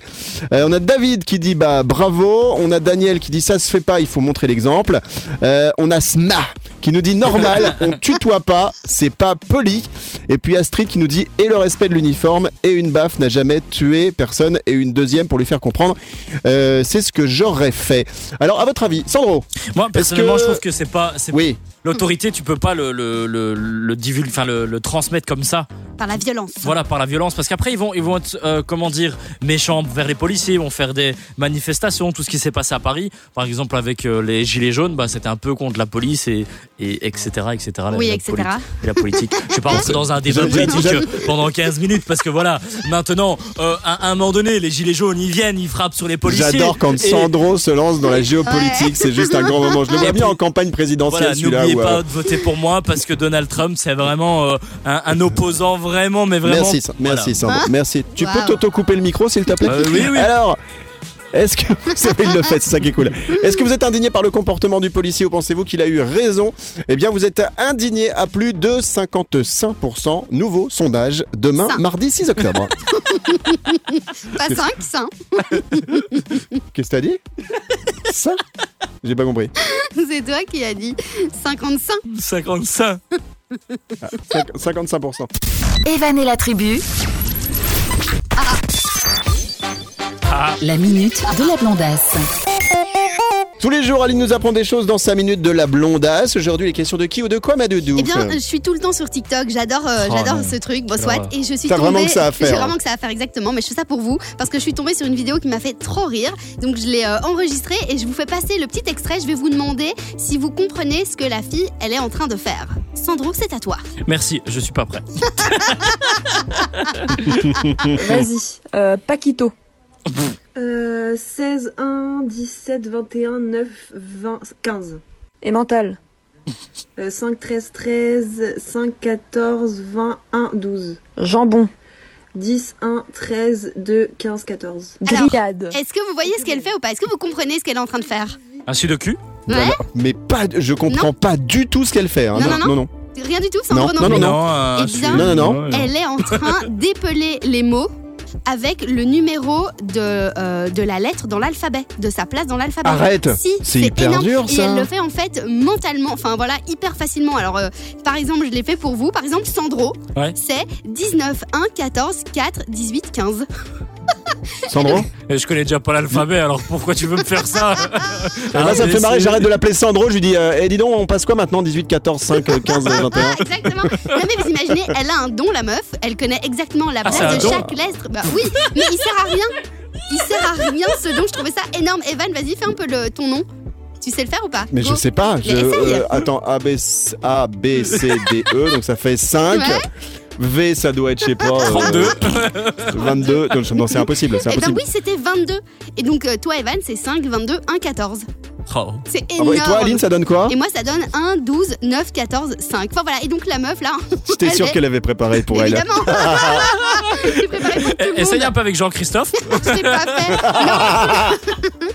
Speaker 1: Euh, on a David qui dit bah bravo. On a Daniel qui dit ça se fait pas, il faut montrer l'exemple. Euh, on a Sna qui nous dit
Speaker 2: (laughs)
Speaker 1: normal, on tutoie pas, c'est pas poli. Et puis Astrid qui nous dit et le respect de l'uniforme et une baffe n'a jamais tué personne et une deuxième pour lui faire comprendre. euh, c'est ce que j'aurais fait. Alors à votre avis, Sandro
Speaker 2: Moi, personnellement,
Speaker 1: que-
Speaker 2: je trouve que c'est pas. c'est-
Speaker 1: Oui.
Speaker 2: L'autorité, tu peux pas le, le, le, le, divul- enfin, le, le transmettre comme ça.
Speaker 4: par la violence.
Speaker 2: Voilà, par la violence. Parce qu'après, ils vont, ils vont être, euh, comment dire, méchants vers les policiers, ils vont faire des manifestations. Tout ce qui s'est passé à Paris, par exemple, avec euh, les Gilets jaunes, bah, c'était un peu contre la police et, et etc. etc. la-
Speaker 4: Oui,
Speaker 2: la
Speaker 4: etc.
Speaker 2: politi- et la politique. Je vais pas rentrer dans un débat
Speaker 1: J'aime bien,
Speaker 2: politique
Speaker 1: j'aime.
Speaker 2: euh, pendant 15 minutes parce que voilà, maintenant, euh, à un moment donné, les Gilets jaunes, ils viennent, ils frappent sur les policiers.
Speaker 1: J'adore quand
Speaker 2: Et-
Speaker 1: Sandro se lance dans la géopolitique, c'est juste un grand moment. Je le vois
Speaker 2: Et
Speaker 1: bien
Speaker 2: puis-
Speaker 1: en campagne présidentielle
Speaker 2: Voilà,
Speaker 1: celui-là.
Speaker 2: n'oubliez
Speaker 1: où, euh,
Speaker 2: pas de voter pour moi parce que Donald Trump, c'est vraiment euh, un, un opposant vraiment, mais vraiment.
Speaker 1: Merci, Sa-
Speaker 2: Voilà.
Speaker 1: merci, Sandro. Merci. Tu peux
Speaker 4: Hein Wow.
Speaker 1: t'auto-couper le micro, s'il te plaît
Speaker 2: Euh, oui, oui.
Speaker 1: Alors, est-ce que (laughs) il le fait, c'est ça qui est cool. Est-ce que vous êtes indigné par le comportement du policier ou pensez-vous qu'il a eu raison Eh bien, vous êtes indigné à plus de 55%. Nouveau sondage demain,
Speaker 4: Ça.
Speaker 1: mardi 6 octobre. (laughs)
Speaker 4: Pas 5, 5.
Speaker 1: Qu'est-ce que t'as dit Ça J'ai pas compris.
Speaker 4: (laughs) C'est toi qui as dit 55.
Speaker 2: 55.
Speaker 1: Cinq- 55%.
Speaker 3: Evan et la tribu. La minute de la blondasse.
Speaker 1: Tous les jours, Aline nous apprend des choses dans sa minute de la blondasse. Aujourd'hui, les questions de qui ou de quoi, ma doudou
Speaker 4: Eh bien, je suis tout le temps sur TikTok. J'adore, euh,
Speaker 2: Oh
Speaker 4: j'adore
Speaker 2: non.
Speaker 4: ce truc. Bon,
Speaker 2: Quelle
Speaker 4: soit.
Speaker 2: horreur.
Speaker 4: Et je suis
Speaker 1: T'as
Speaker 4: tombée.
Speaker 1: vraiment que ça à faire.
Speaker 4: J'ai vraiment que ça à faire exactement. Mais je fais ça pour vous parce que je suis tombée sur une vidéo qui m'a fait trop rire. Donc je l'ai euh, enregistrée et je vous fais passer le petit extrait. Je vais vous demander si vous comprenez ce que la fille elle est en train de faire. Sandro, c'est à toi.
Speaker 2: Merci, je suis pas prêt.
Speaker 8: Vas-y, euh, Paquito.
Speaker 6: Euh, 16, 1, 17, 21, 9, 20, 15.
Speaker 8: Et mental.
Speaker 6: Euh, 5, 13, 13, 5, 14, 20, 1, 12.
Speaker 8: Jambon.
Speaker 6: 10, 1, 13, 2, 15, 14.
Speaker 4: Alors,
Speaker 8: Grillade.
Speaker 4: Est-ce que vous voyez ce qu'elle fait ou pas Est-ce que vous comprenez ce qu'elle est en train de faire
Speaker 2: Un su de cul
Speaker 4: Ouais
Speaker 1: Mais pas, je comprends pas du tout ce qu'elle fait. hein.
Speaker 4: Non, non,
Speaker 1: non.
Speaker 4: Rien du tout, Sandro.
Speaker 1: Non, non,
Speaker 4: plus
Speaker 1: non, euh,
Speaker 2: un
Speaker 4: Eh
Speaker 2: su-
Speaker 4: bien,
Speaker 1: Non, non, non.
Speaker 4: Elle est
Speaker 1: (laughs)
Speaker 4: en train d'épeler les mots avec le numéro de, euh, de la lettre dans l'alphabet, de sa place dans l'alphabet.
Speaker 1: Arrête
Speaker 4: Si,
Speaker 1: C'est hyper
Speaker 4: énorme.
Speaker 1: dur,
Speaker 4: Et
Speaker 1: ça.
Speaker 4: elle le fait en fait mentalement, enfin voilà, hyper facilement. Alors, euh, par exemple, je l'ai fait pour vous. Par exemple, Sandro,
Speaker 2: Ouais.
Speaker 4: c'est 19, 1, 14, 4, 18, 15.
Speaker 1: Sandro
Speaker 2: Et Je connais déjà pas l'alphabet, alors pourquoi tu veux me faire ça
Speaker 1: Ah, Là, ça me fait
Speaker 2: mais
Speaker 1: marrer,
Speaker 2: c'est-
Speaker 1: j'arrête de l'appeler Sandro, je lui dis euh, Eh, dis donc, on passe quoi maintenant 18, 14, 5, euh, 15, euh, 21
Speaker 4: Ah, exactement. Non, mais vous imaginez, elle a un don, la meuf. Elle connaît exactement la
Speaker 2: Ah,
Speaker 4: place
Speaker 2: c'est un
Speaker 4: de
Speaker 2: don
Speaker 4: chaque lettre. Bah oui, mais il sert à rien. Il sert à rien, ce don. Je trouvais ça énorme. Evan, vas-y, fais un peu le, ton nom. Tu sais le faire ou pas
Speaker 1: Mais je
Speaker 4: Go.
Speaker 1: sais pas. Je, euh,
Speaker 4: Mais essaye.
Speaker 1: attends, A B, C- A, B, C, D, E, donc ça fait 5.
Speaker 4: Ouais.
Speaker 1: V, ça doit être, je sais pas. euh,
Speaker 2: 32.
Speaker 1: 22. Non, je- non, c'est impossible, c'est
Speaker 4: Eh ben
Speaker 1: impossible.
Speaker 4: oui, c'était 22. Et donc, euh, toi, Evan, c'est 5, 22, 1, 14.
Speaker 2: Oh.
Speaker 4: C'est
Speaker 1: Ah bon,
Speaker 4: énorme.
Speaker 1: et toi, Aline, ça donne quoi
Speaker 4: Et moi, ça donne 1, 12, 9, 14, 5. Enfin voilà, et donc la meuf là.
Speaker 1: J'étais
Speaker 4: elle
Speaker 1: sûr
Speaker 4: est-
Speaker 1: qu'elle avait préparé pour elle. (laughs)
Speaker 4: Évidemment J'ai préparé pour tout le
Speaker 2: Eh, Essaye
Speaker 4: monde. Oh,
Speaker 2: un peu avec Jean-Christophe.
Speaker 4: Je l'ai pas
Speaker 1: (laughs)
Speaker 4: fait. Non. (laughs)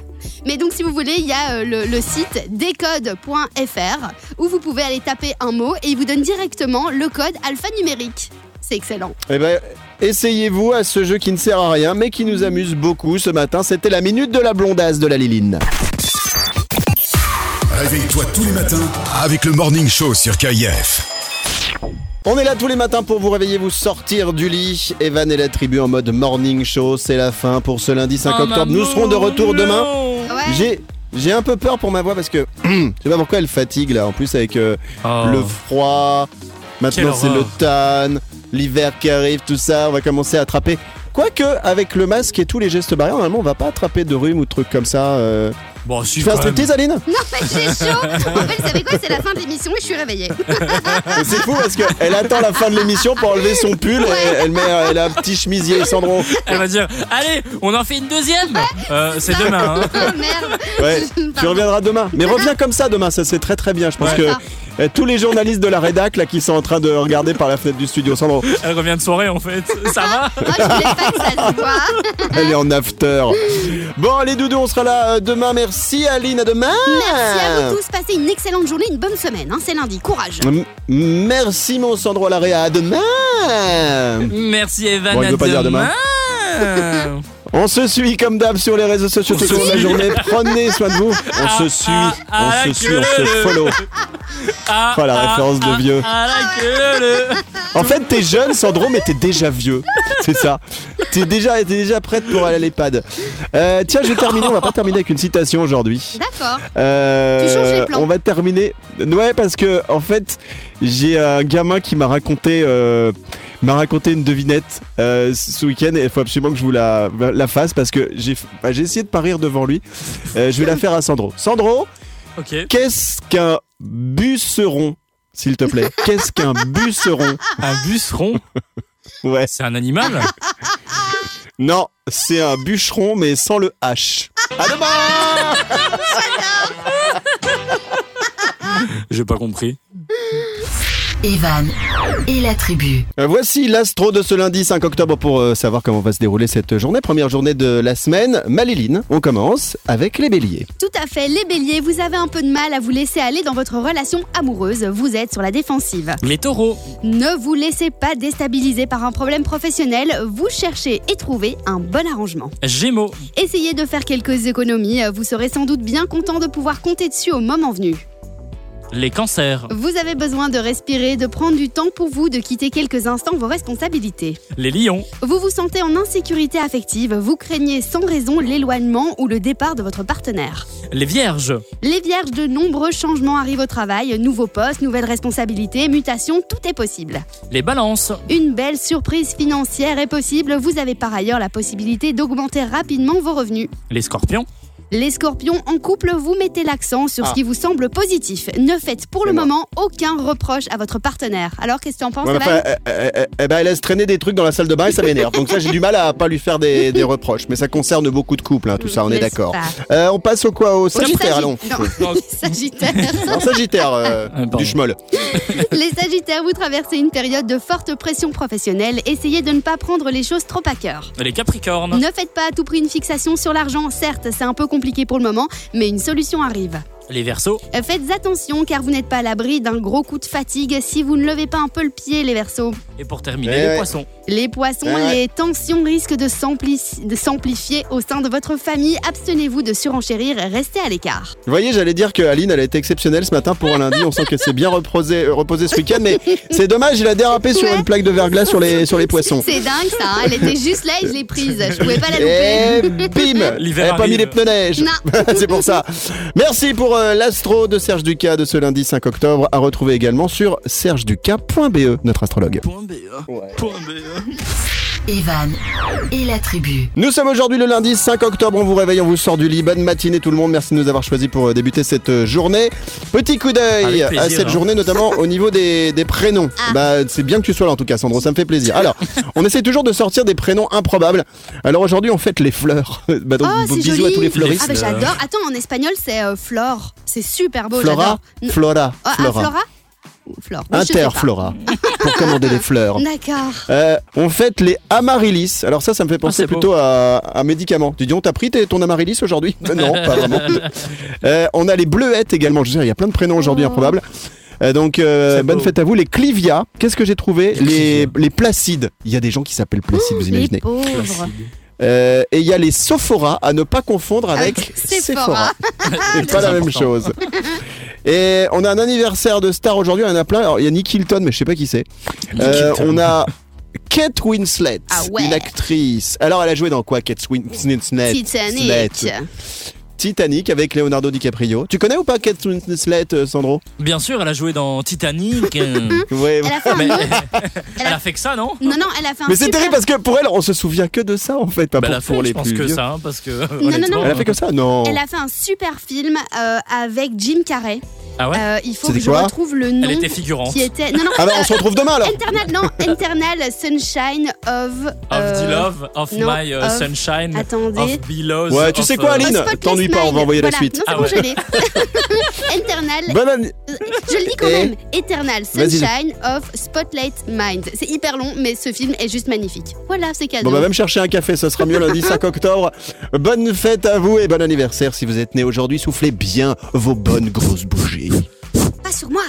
Speaker 4: Mais donc, si vous voulez, il y a euh, le, le site décode.fr où vous pouvez aller taper un mot et il vous donne directement le code alphanumérique. C'est excellent.
Speaker 1: Eh ben, essayez-vous à ce jeu qui ne sert à rien, mais qui nous amuse beaucoup ce matin. C'était la minute de la blondasse de la Liline.
Speaker 5: Réveille-toi tous les matins avec le Morning Show sur KIF.
Speaker 1: On est là tous les matins pour vous réveiller, vous sortir du lit. Evan et la tribu en mode morning show, c'est la fin pour ce lundi 5
Speaker 2: Oh,
Speaker 1: octobre. Nous
Speaker 2: maman,
Speaker 1: serons de retour demain.
Speaker 2: non.
Speaker 4: Ouais.
Speaker 1: J'ai j'ai un peu peur pour ma voix parce que (clears throat) je sais pas pourquoi elle fatigue là. En plus avec euh,
Speaker 2: Oh.
Speaker 1: le froid, maintenant
Speaker 2: Quelle
Speaker 1: c'est le
Speaker 2: horreur.
Speaker 1: tan, l'hiver qui arrive, tout ça, on va commencer à attraper. Quoique avec le masque et tous les gestes barrières, normalement on va pas attraper de rhume ou de trucs comme ça. euh,
Speaker 2: Bon, si,
Speaker 1: Tu fais un
Speaker 2: quand même.
Speaker 1: striptease, Aline
Speaker 4: Non, mais
Speaker 1: (laughs)
Speaker 4: j'ai chaud. En fait, vous savez quoi C'est la fin de l'émission et je suis réveillée.
Speaker 2: Ah.
Speaker 1: Et C'est fou parce qu'elle attend la fin de l'émission pour enlever son pull et elle met euh, elle a un petit chemisier, Sandro.
Speaker 2: Elle va dire Allez, on en fait une deuxième Euh, C'est
Speaker 4: (laughs)
Speaker 2: demain. hein.
Speaker 4: Ah, Merde.
Speaker 2: (laughs)
Speaker 1: Ouais, tu
Speaker 4: Pardon.
Speaker 1: reviendras demain. Mais reviens comme ça demain, ça c'est très très bien. Je pense
Speaker 2: Ouais. Ah.
Speaker 1: que euh, tous les journalistes de la rédac là qui sont en train de regarder par la fenêtre du studio,
Speaker 2: (laughs)
Speaker 1: Sandro,
Speaker 2: Elle revient de soirée en fait. Ça va
Speaker 4: Oh, je voulais pas que ça se voit.
Speaker 1: elle est en after. Bon, les doudous, on sera là euh, demain. Merci Aline, à demain.
Speaker 4: Merci
Speaker 1: Ah.
Speaker 4: à vous tous. Passez une excellente journée, une bonne semaine. hein. C'est lundi. Courage.
Speaker 1: M- Merci mon Sandro Larrea, à demain.
Speaker 2: Merci Evan.
Speaker 1: Bon, il
Speaker 2: à
Speaker 1: veut pas dire
Speaker 2: demain.
Speaker 1: On se suit comme d'hab sur les réseaux sociaux
Speaker 2: On
Speaker 1: tout
Speaker 2: se
Speaker 1: au long de la
Speaker 2: suit.
Speaker 1: journée. Prenez soin de vous. On se suit,
Speaker 2: ah,
Speaker 1: on se
Speaker 2: ah,
Speaker 1: suit, on
Speaker 2: que
Speaker 1: se
Speaker 2: le-
Speaker 1: follow.
Speaker 2: Ah,
Speaker 1: Pas la
Speaker 2: ah,
Speaker 1: référence de
Speaker 2: ah,
Speaker 1: vieux.
Speaker 2: ah, la queue, le-
Speaker 1: En fait, t'es jeune, Sandro, mais t'es déjà vieux. C'est ça. T'es déjà, t'es déjà prête pour aller à l'EHPAD. Euh, tiens, je vais terminer. On va pas terminer avec une citation aujourd'hui.
Speaker 4: D'accord.
Speaker 1: Euh,
Speaker 4: Tu changes les plans.
Speaker 1: on va terminer. Ouais, parce que en fait, j'ai un gamin qui m'a raconté, euh, m'a raconté une devinette euh, ce week-end et il faut absolument que je vous la, la fasse parce que j'ai, bah, j'ai essayé de pas rire devant lui. Euh, je vais la faire à Sandro. Sandro,
Speaker 2: Ok.
Speaker 1: qu'est-ce qu'un busseron, s'il te plaît Qu'est-ce qu'un busseron
Speaker 2: Un busseron,
Speaker 1: Ouais.
Speaker 2: c'est un animal
Speaker 1: Non, c'est un bûcheron, mais sans le H. À demain
Speaker 2: J'ai pas compris.
Speaker 3: Evan et la tribu.
Speaker 1: Euh, Voici l'astro de ce lundi 5 octobre pour euh, savoir comment va se dérouler cette journée. Première journée de la semaine. Maléline, on commence avec les béliers.
Speaker 4: Tout à fait, les béliers, vous avez un peu de mal à vous laisser aller dans votre relation amoureuse, vous êtes sur la défensive.
Speaker 2: Les taureaux,
Speaker 4: Ne vous laissez pas déstabiliser par un problème professionnel, vous cherchez et trouvez un bon arrangement.
Speaker 2: gémeaux,
Speaker 4: Essayez de faire quelques économies, vous serez sans doute bien content de pouvoir compter dessus au moment venu.
Speaker 2: les cancers,
Speaker 4: Vous avez besoin de respirer, de prendre du temps pour vous, de quitter quelques instants vos responsabilités.
Speaker 2: les lions,
Speaker 4: Vous vous sentez en insécurité affective, vous craignez sans raison l'éloignement ou le départ de votre partenaire.
Speaker 2: les vierges,
Speaker 4: Les vierges, de nombreux changements arrivent au travail, nouveaux postes, nouvelles responsabilités, mutations, tout est possible.
Speaker 2: les balances,
Speaker 4: Une belle surprise financière est possible, vous avez par ailleurs la possibilité d'augmenter rapidement vos revenus.
Speaker 2: les scorpions,
Speaker 4: Les scorpions en couple, vous mettez l'accent sur ce qui vous semble positif. Ne faites pour le
Speaker 1: Ah. C'est moi.
Speaker 4: moment aucun reproche à votre partenaire. Alors qu'est-ce que tu en penses
Speaker 1: Ouais, mais
Speaker 4: Evan
Speaker 1: enfin, euh, euh, euh, ben, elle laisse traîner des trucs dans la salle de bain et ça m'énerve. Donc ça, j'ai du mal à pas lui faire des, des reproches. Mais ça concerne beaucoup de couples, hein, tout ça, on est
Speaker 4: N'est-ce
Speaker 1: d'accord.
Speaker 4: pas
Speaker 1: Euh, on passe au quoi Au Sagittaire,
Speaker 4: Sagitt-
Speaker 1: allons.
Speaker 4: Non, les
Speaker 1: (laughs)
Speaker 4: Sagittaires.
Speaker 1: Au Sagittaire, euh,
Speaker 2: Ah, pardon.
Speaker 1: du schmoll.
Speaker 4: Les Sagittaires, vous traversez une période de forte pression professionnelle. Essayez de ne pas prendre les choses trop à cœur.
Speaker 2: (laughs) les capricornes,
Speaker 4: Ne faites pas à tout prix une fixation sur l'argent, certes c'est un peu compliqué pour le moment, mais une solution arrive.
Speaker 2: les versos,
Speaker 4: Euh, Faites attention car vous n'êtes pas à l'abri d'un gros coup de fatigue si vous ne levez pas un peu le pied les versos.
Speaker 2: et pour terminer,
Speaker 1: Eh
Speaker 2: les
Speaker 1: ouais.
Speaker 2: poissons.
Speaker 4: Les poissons,
Speaker 1: Ouais, ouais.
Speaker 4: les tensions risquent de s'ampli- de s'amplifier au sein de votre famille, abstenez-vous de surenchérir et restez à l'écart.
Speaker 1: Vous voyez, j'allais dire que Aline, elle a été exceptionnelle ce matin pour un lundi. On sent qu'elle s'est bien reposée, euh, reposée ce week-end, mais c'est dommage, il a dérapé sur
Speaker 4: Ouais.
Speaker 1: une plaque de verglas sur les, sur les poissons.
Speaker 4: C'est dingue ça, hein, elle était juste là et je l'ai prise, je pouvais pas la
Speaker 1: Et
Speaker 4: louper.
Speaker 1: bim
Speaker 2: (laughs) L'hiver
Speaker 1: Elle a pas
Speaker 2: arrive.
Speaker 1: mis les pneus neige
Speaker 4: Non.
Speaker 1: (laughs) C'est pour ça. Merci pour euh, l'astro de Serge Ducas de ce lundi 5 octobre, à retrouver également sur sergeducas.be, E, notre astrologue.
Speaker 2: Point BE. Point BE.
Speaker 3: Evan et la tribu.
Speaker 1: Nous sommes aujourd'hui le lundi 5 octobre, on vous réveille, on vous sort du lit. Bonne matinée tout le monde, merci de nous avoir choisis pour euh, débuter cette euh, journée. Petit coup d'œil
Speaker 2: Avec
Speaker 1: à
Speaker 2: plaisir,
Speaker 1: cette
Speaker 2: hein.
Speaker 1: journée, notamment au niveau des, des prénoms.
Speaker 4: Ah.
Speaker 1: Bah, c'est bien que tu sois là en tout cas, Sandro, ça me fait plaisir. Alors, on essaie toujours de sortir des prénoms improbables. Alors aujourd'hui, on fête les fleurs. (laughs) Bah, donc,
Speaker 4: Oh, c'est
Speaker 1: bisous à
Speaker 4: joli.
Speaker 1: tous les fleuristes.
Speaker 4: Ah bah j'adore, attends en espagnol c'est euh, flore, c'est super Ah, beau,
Speaker 1: Flora,
Speaker 4: j'adore. N-
Speaker 1: Flora,
Speaker 4: Ah, ah,
Speaker 1: Flora.
Speaker 4: Flora Ou Flore. Bon, je sais pas.
Speaker 1: Interflora, pour commander des fleurs.
Speaker 4: D'accord.
Speaker 1: Euh, on fête les amaryllis. Alors ça, ça me fait penser
Speaker 2: Ah, c'est beau.
Speaker 1: plutôt à à un médicament. Tu dis, on t'a pris tes- ton amaryllis
Speaker 2: (laughs)
Speaker 1: aujourd'hui Non, pas vraiment. Euh, on a les bleuettes également. Je veux dire, il y a plein de prénoms aujourd'hui
Speaker 4: Oh.
Speaker 1: improbables. Euh, donc, euh,
Speaker 2: C'est
Speaker 1: bonne
Speaker 2: beau.
Speaker 1: fête à vous. Les Clivia, qu'est-ce que j'ai trouvé
Speaker 2: Les
Speaker 1: les,
Speaker 2: Clivia.
Speaker 1: les Placides. Il y a des gens qui s'appellent Placides, vous
Speaker 4: Les
Speaker 1: imaginez.
Speaker 4: pauvres.
Speaker 1: Euh, et il y a les Sophora, à ne pas confondre avec,
Speaker 4: Avec
Speaker 1: Sephora.
Speaker 4: Ah,
Speaker 1: (laughs)
Speaker 4: Sephora.
Speaker 1: C'est pas la même
Speaker 2: important.
Speaker 1: chose. Et on a un anniversaire de star aujourd'hui, il y en a plein. Alors, il y a Nick Hilton, mais je sais pas qui c'est. Euh,
Speaker 2: Hilton.
Speaker 1: on a Kate Winslet,
Speaker 4: Ah ouais.
Speaker 1: une actrice. Alors, elle a joué dans quoi, Kate Win- Winslet
Speaker 4: Titanic.
Speaker 1: Titanic avec Leonardo DiCaprio. Tu connais ou pas Kate Winslet, euh, Sandro
Speaker 2: Bien sûr, elle a joué dans Titanic. euh,
Speaker 1: Ouais,
Speaker 4: Elle a fait un
Speaker 2: mais-
Speaker 4: nom-
Speaker 2: (laughs) elle a fait que ça, non
Speaker 4: Non, non, elle a fait un.
Speaker 1: Mais c'est
Speaker 4: super-
Speaker 1: terrible parce que pour elle, on se souvient que de ça en fait, pas
Speaker 2: Bah, Elle
Speaker 1: pour,
Speaker 2: a
Speaker 1: pour
Speaker 2: fait,
Speaker 1: les
Speaker 2: je pense
Speaker 1: plus
Speaker 2: que
Speaker 1: vieux.
Speaker 2: ça, hein, (laughs) parce que.
Speaker 4: non,
Speaker 2: honnêtement,
Speaker 4: non.
Speaker 1: Elle a fait que ça Non.
Speaker 4: Elle a fait un super film euh, avec Jim Carrey.
Speaker 2: Ah ouais
Speaker 4: Euh, il faut
Speaker 1: C'était
Speaker 4: que je
Speaker 1: quoi
Speaker 4: retrouve le nom
Speaker 2: Elle était figurante.
Speaker 4: qui était. Non, non.
Speaker 1: Alors Ah bah, on se retrouve demain alors.
Speaker 4: Internal, non, Internal Sunshine of.
Speaker 2: Of the
Speaker 4: euh,
Speaker 2: Love, of
Speaker 4: non,
Speaker 2: My euh,
Speaker 4: of-
Speaker 2: Sunshine,
Speaker 4: Attendez.
Speaker 2: of Belows.
Speaker 1: Ouais, tu
Speaker 2: of,
Speaker 1: sais quoi,
Speaker 2: euh,
Speaker 1: Aline
Speaker 4: Oh, Spotless
Speaker 1: t'ennuie pas, on va
Speaker 4: Mind.
Speaker 1: envoyer la
Speaker 4: Voilà.
Speaker 1: suite.
Speaker 4: Non, c'est
Speaker 2: Ah
Speaker 4: bon,
Speaker 2: ouais.
Speaker 1: (laughs)
Speaker 4: je l'ai. Internal,
Speaker 1: Bonne année.
Speaker 4: je le dis quand
Speaker 1: Et-
Speaker 4: même. Eternal
Speaker 1: Vas-y.
Speaker 4: Sunshine of Spotlight Mind. C'est hyper long, mais ce film est juste magnifique. Voilà, c'est cadeau.
Speaker 1: Bon bah même chercher un café, ça sera mieux lundi 5 octobre. Bonne fête à vous et bon anniversaire si vous êtes né aujourd'hui. Soufflez bien vos bonnes grosses bougies.
Speaker 4: Pas sur moi.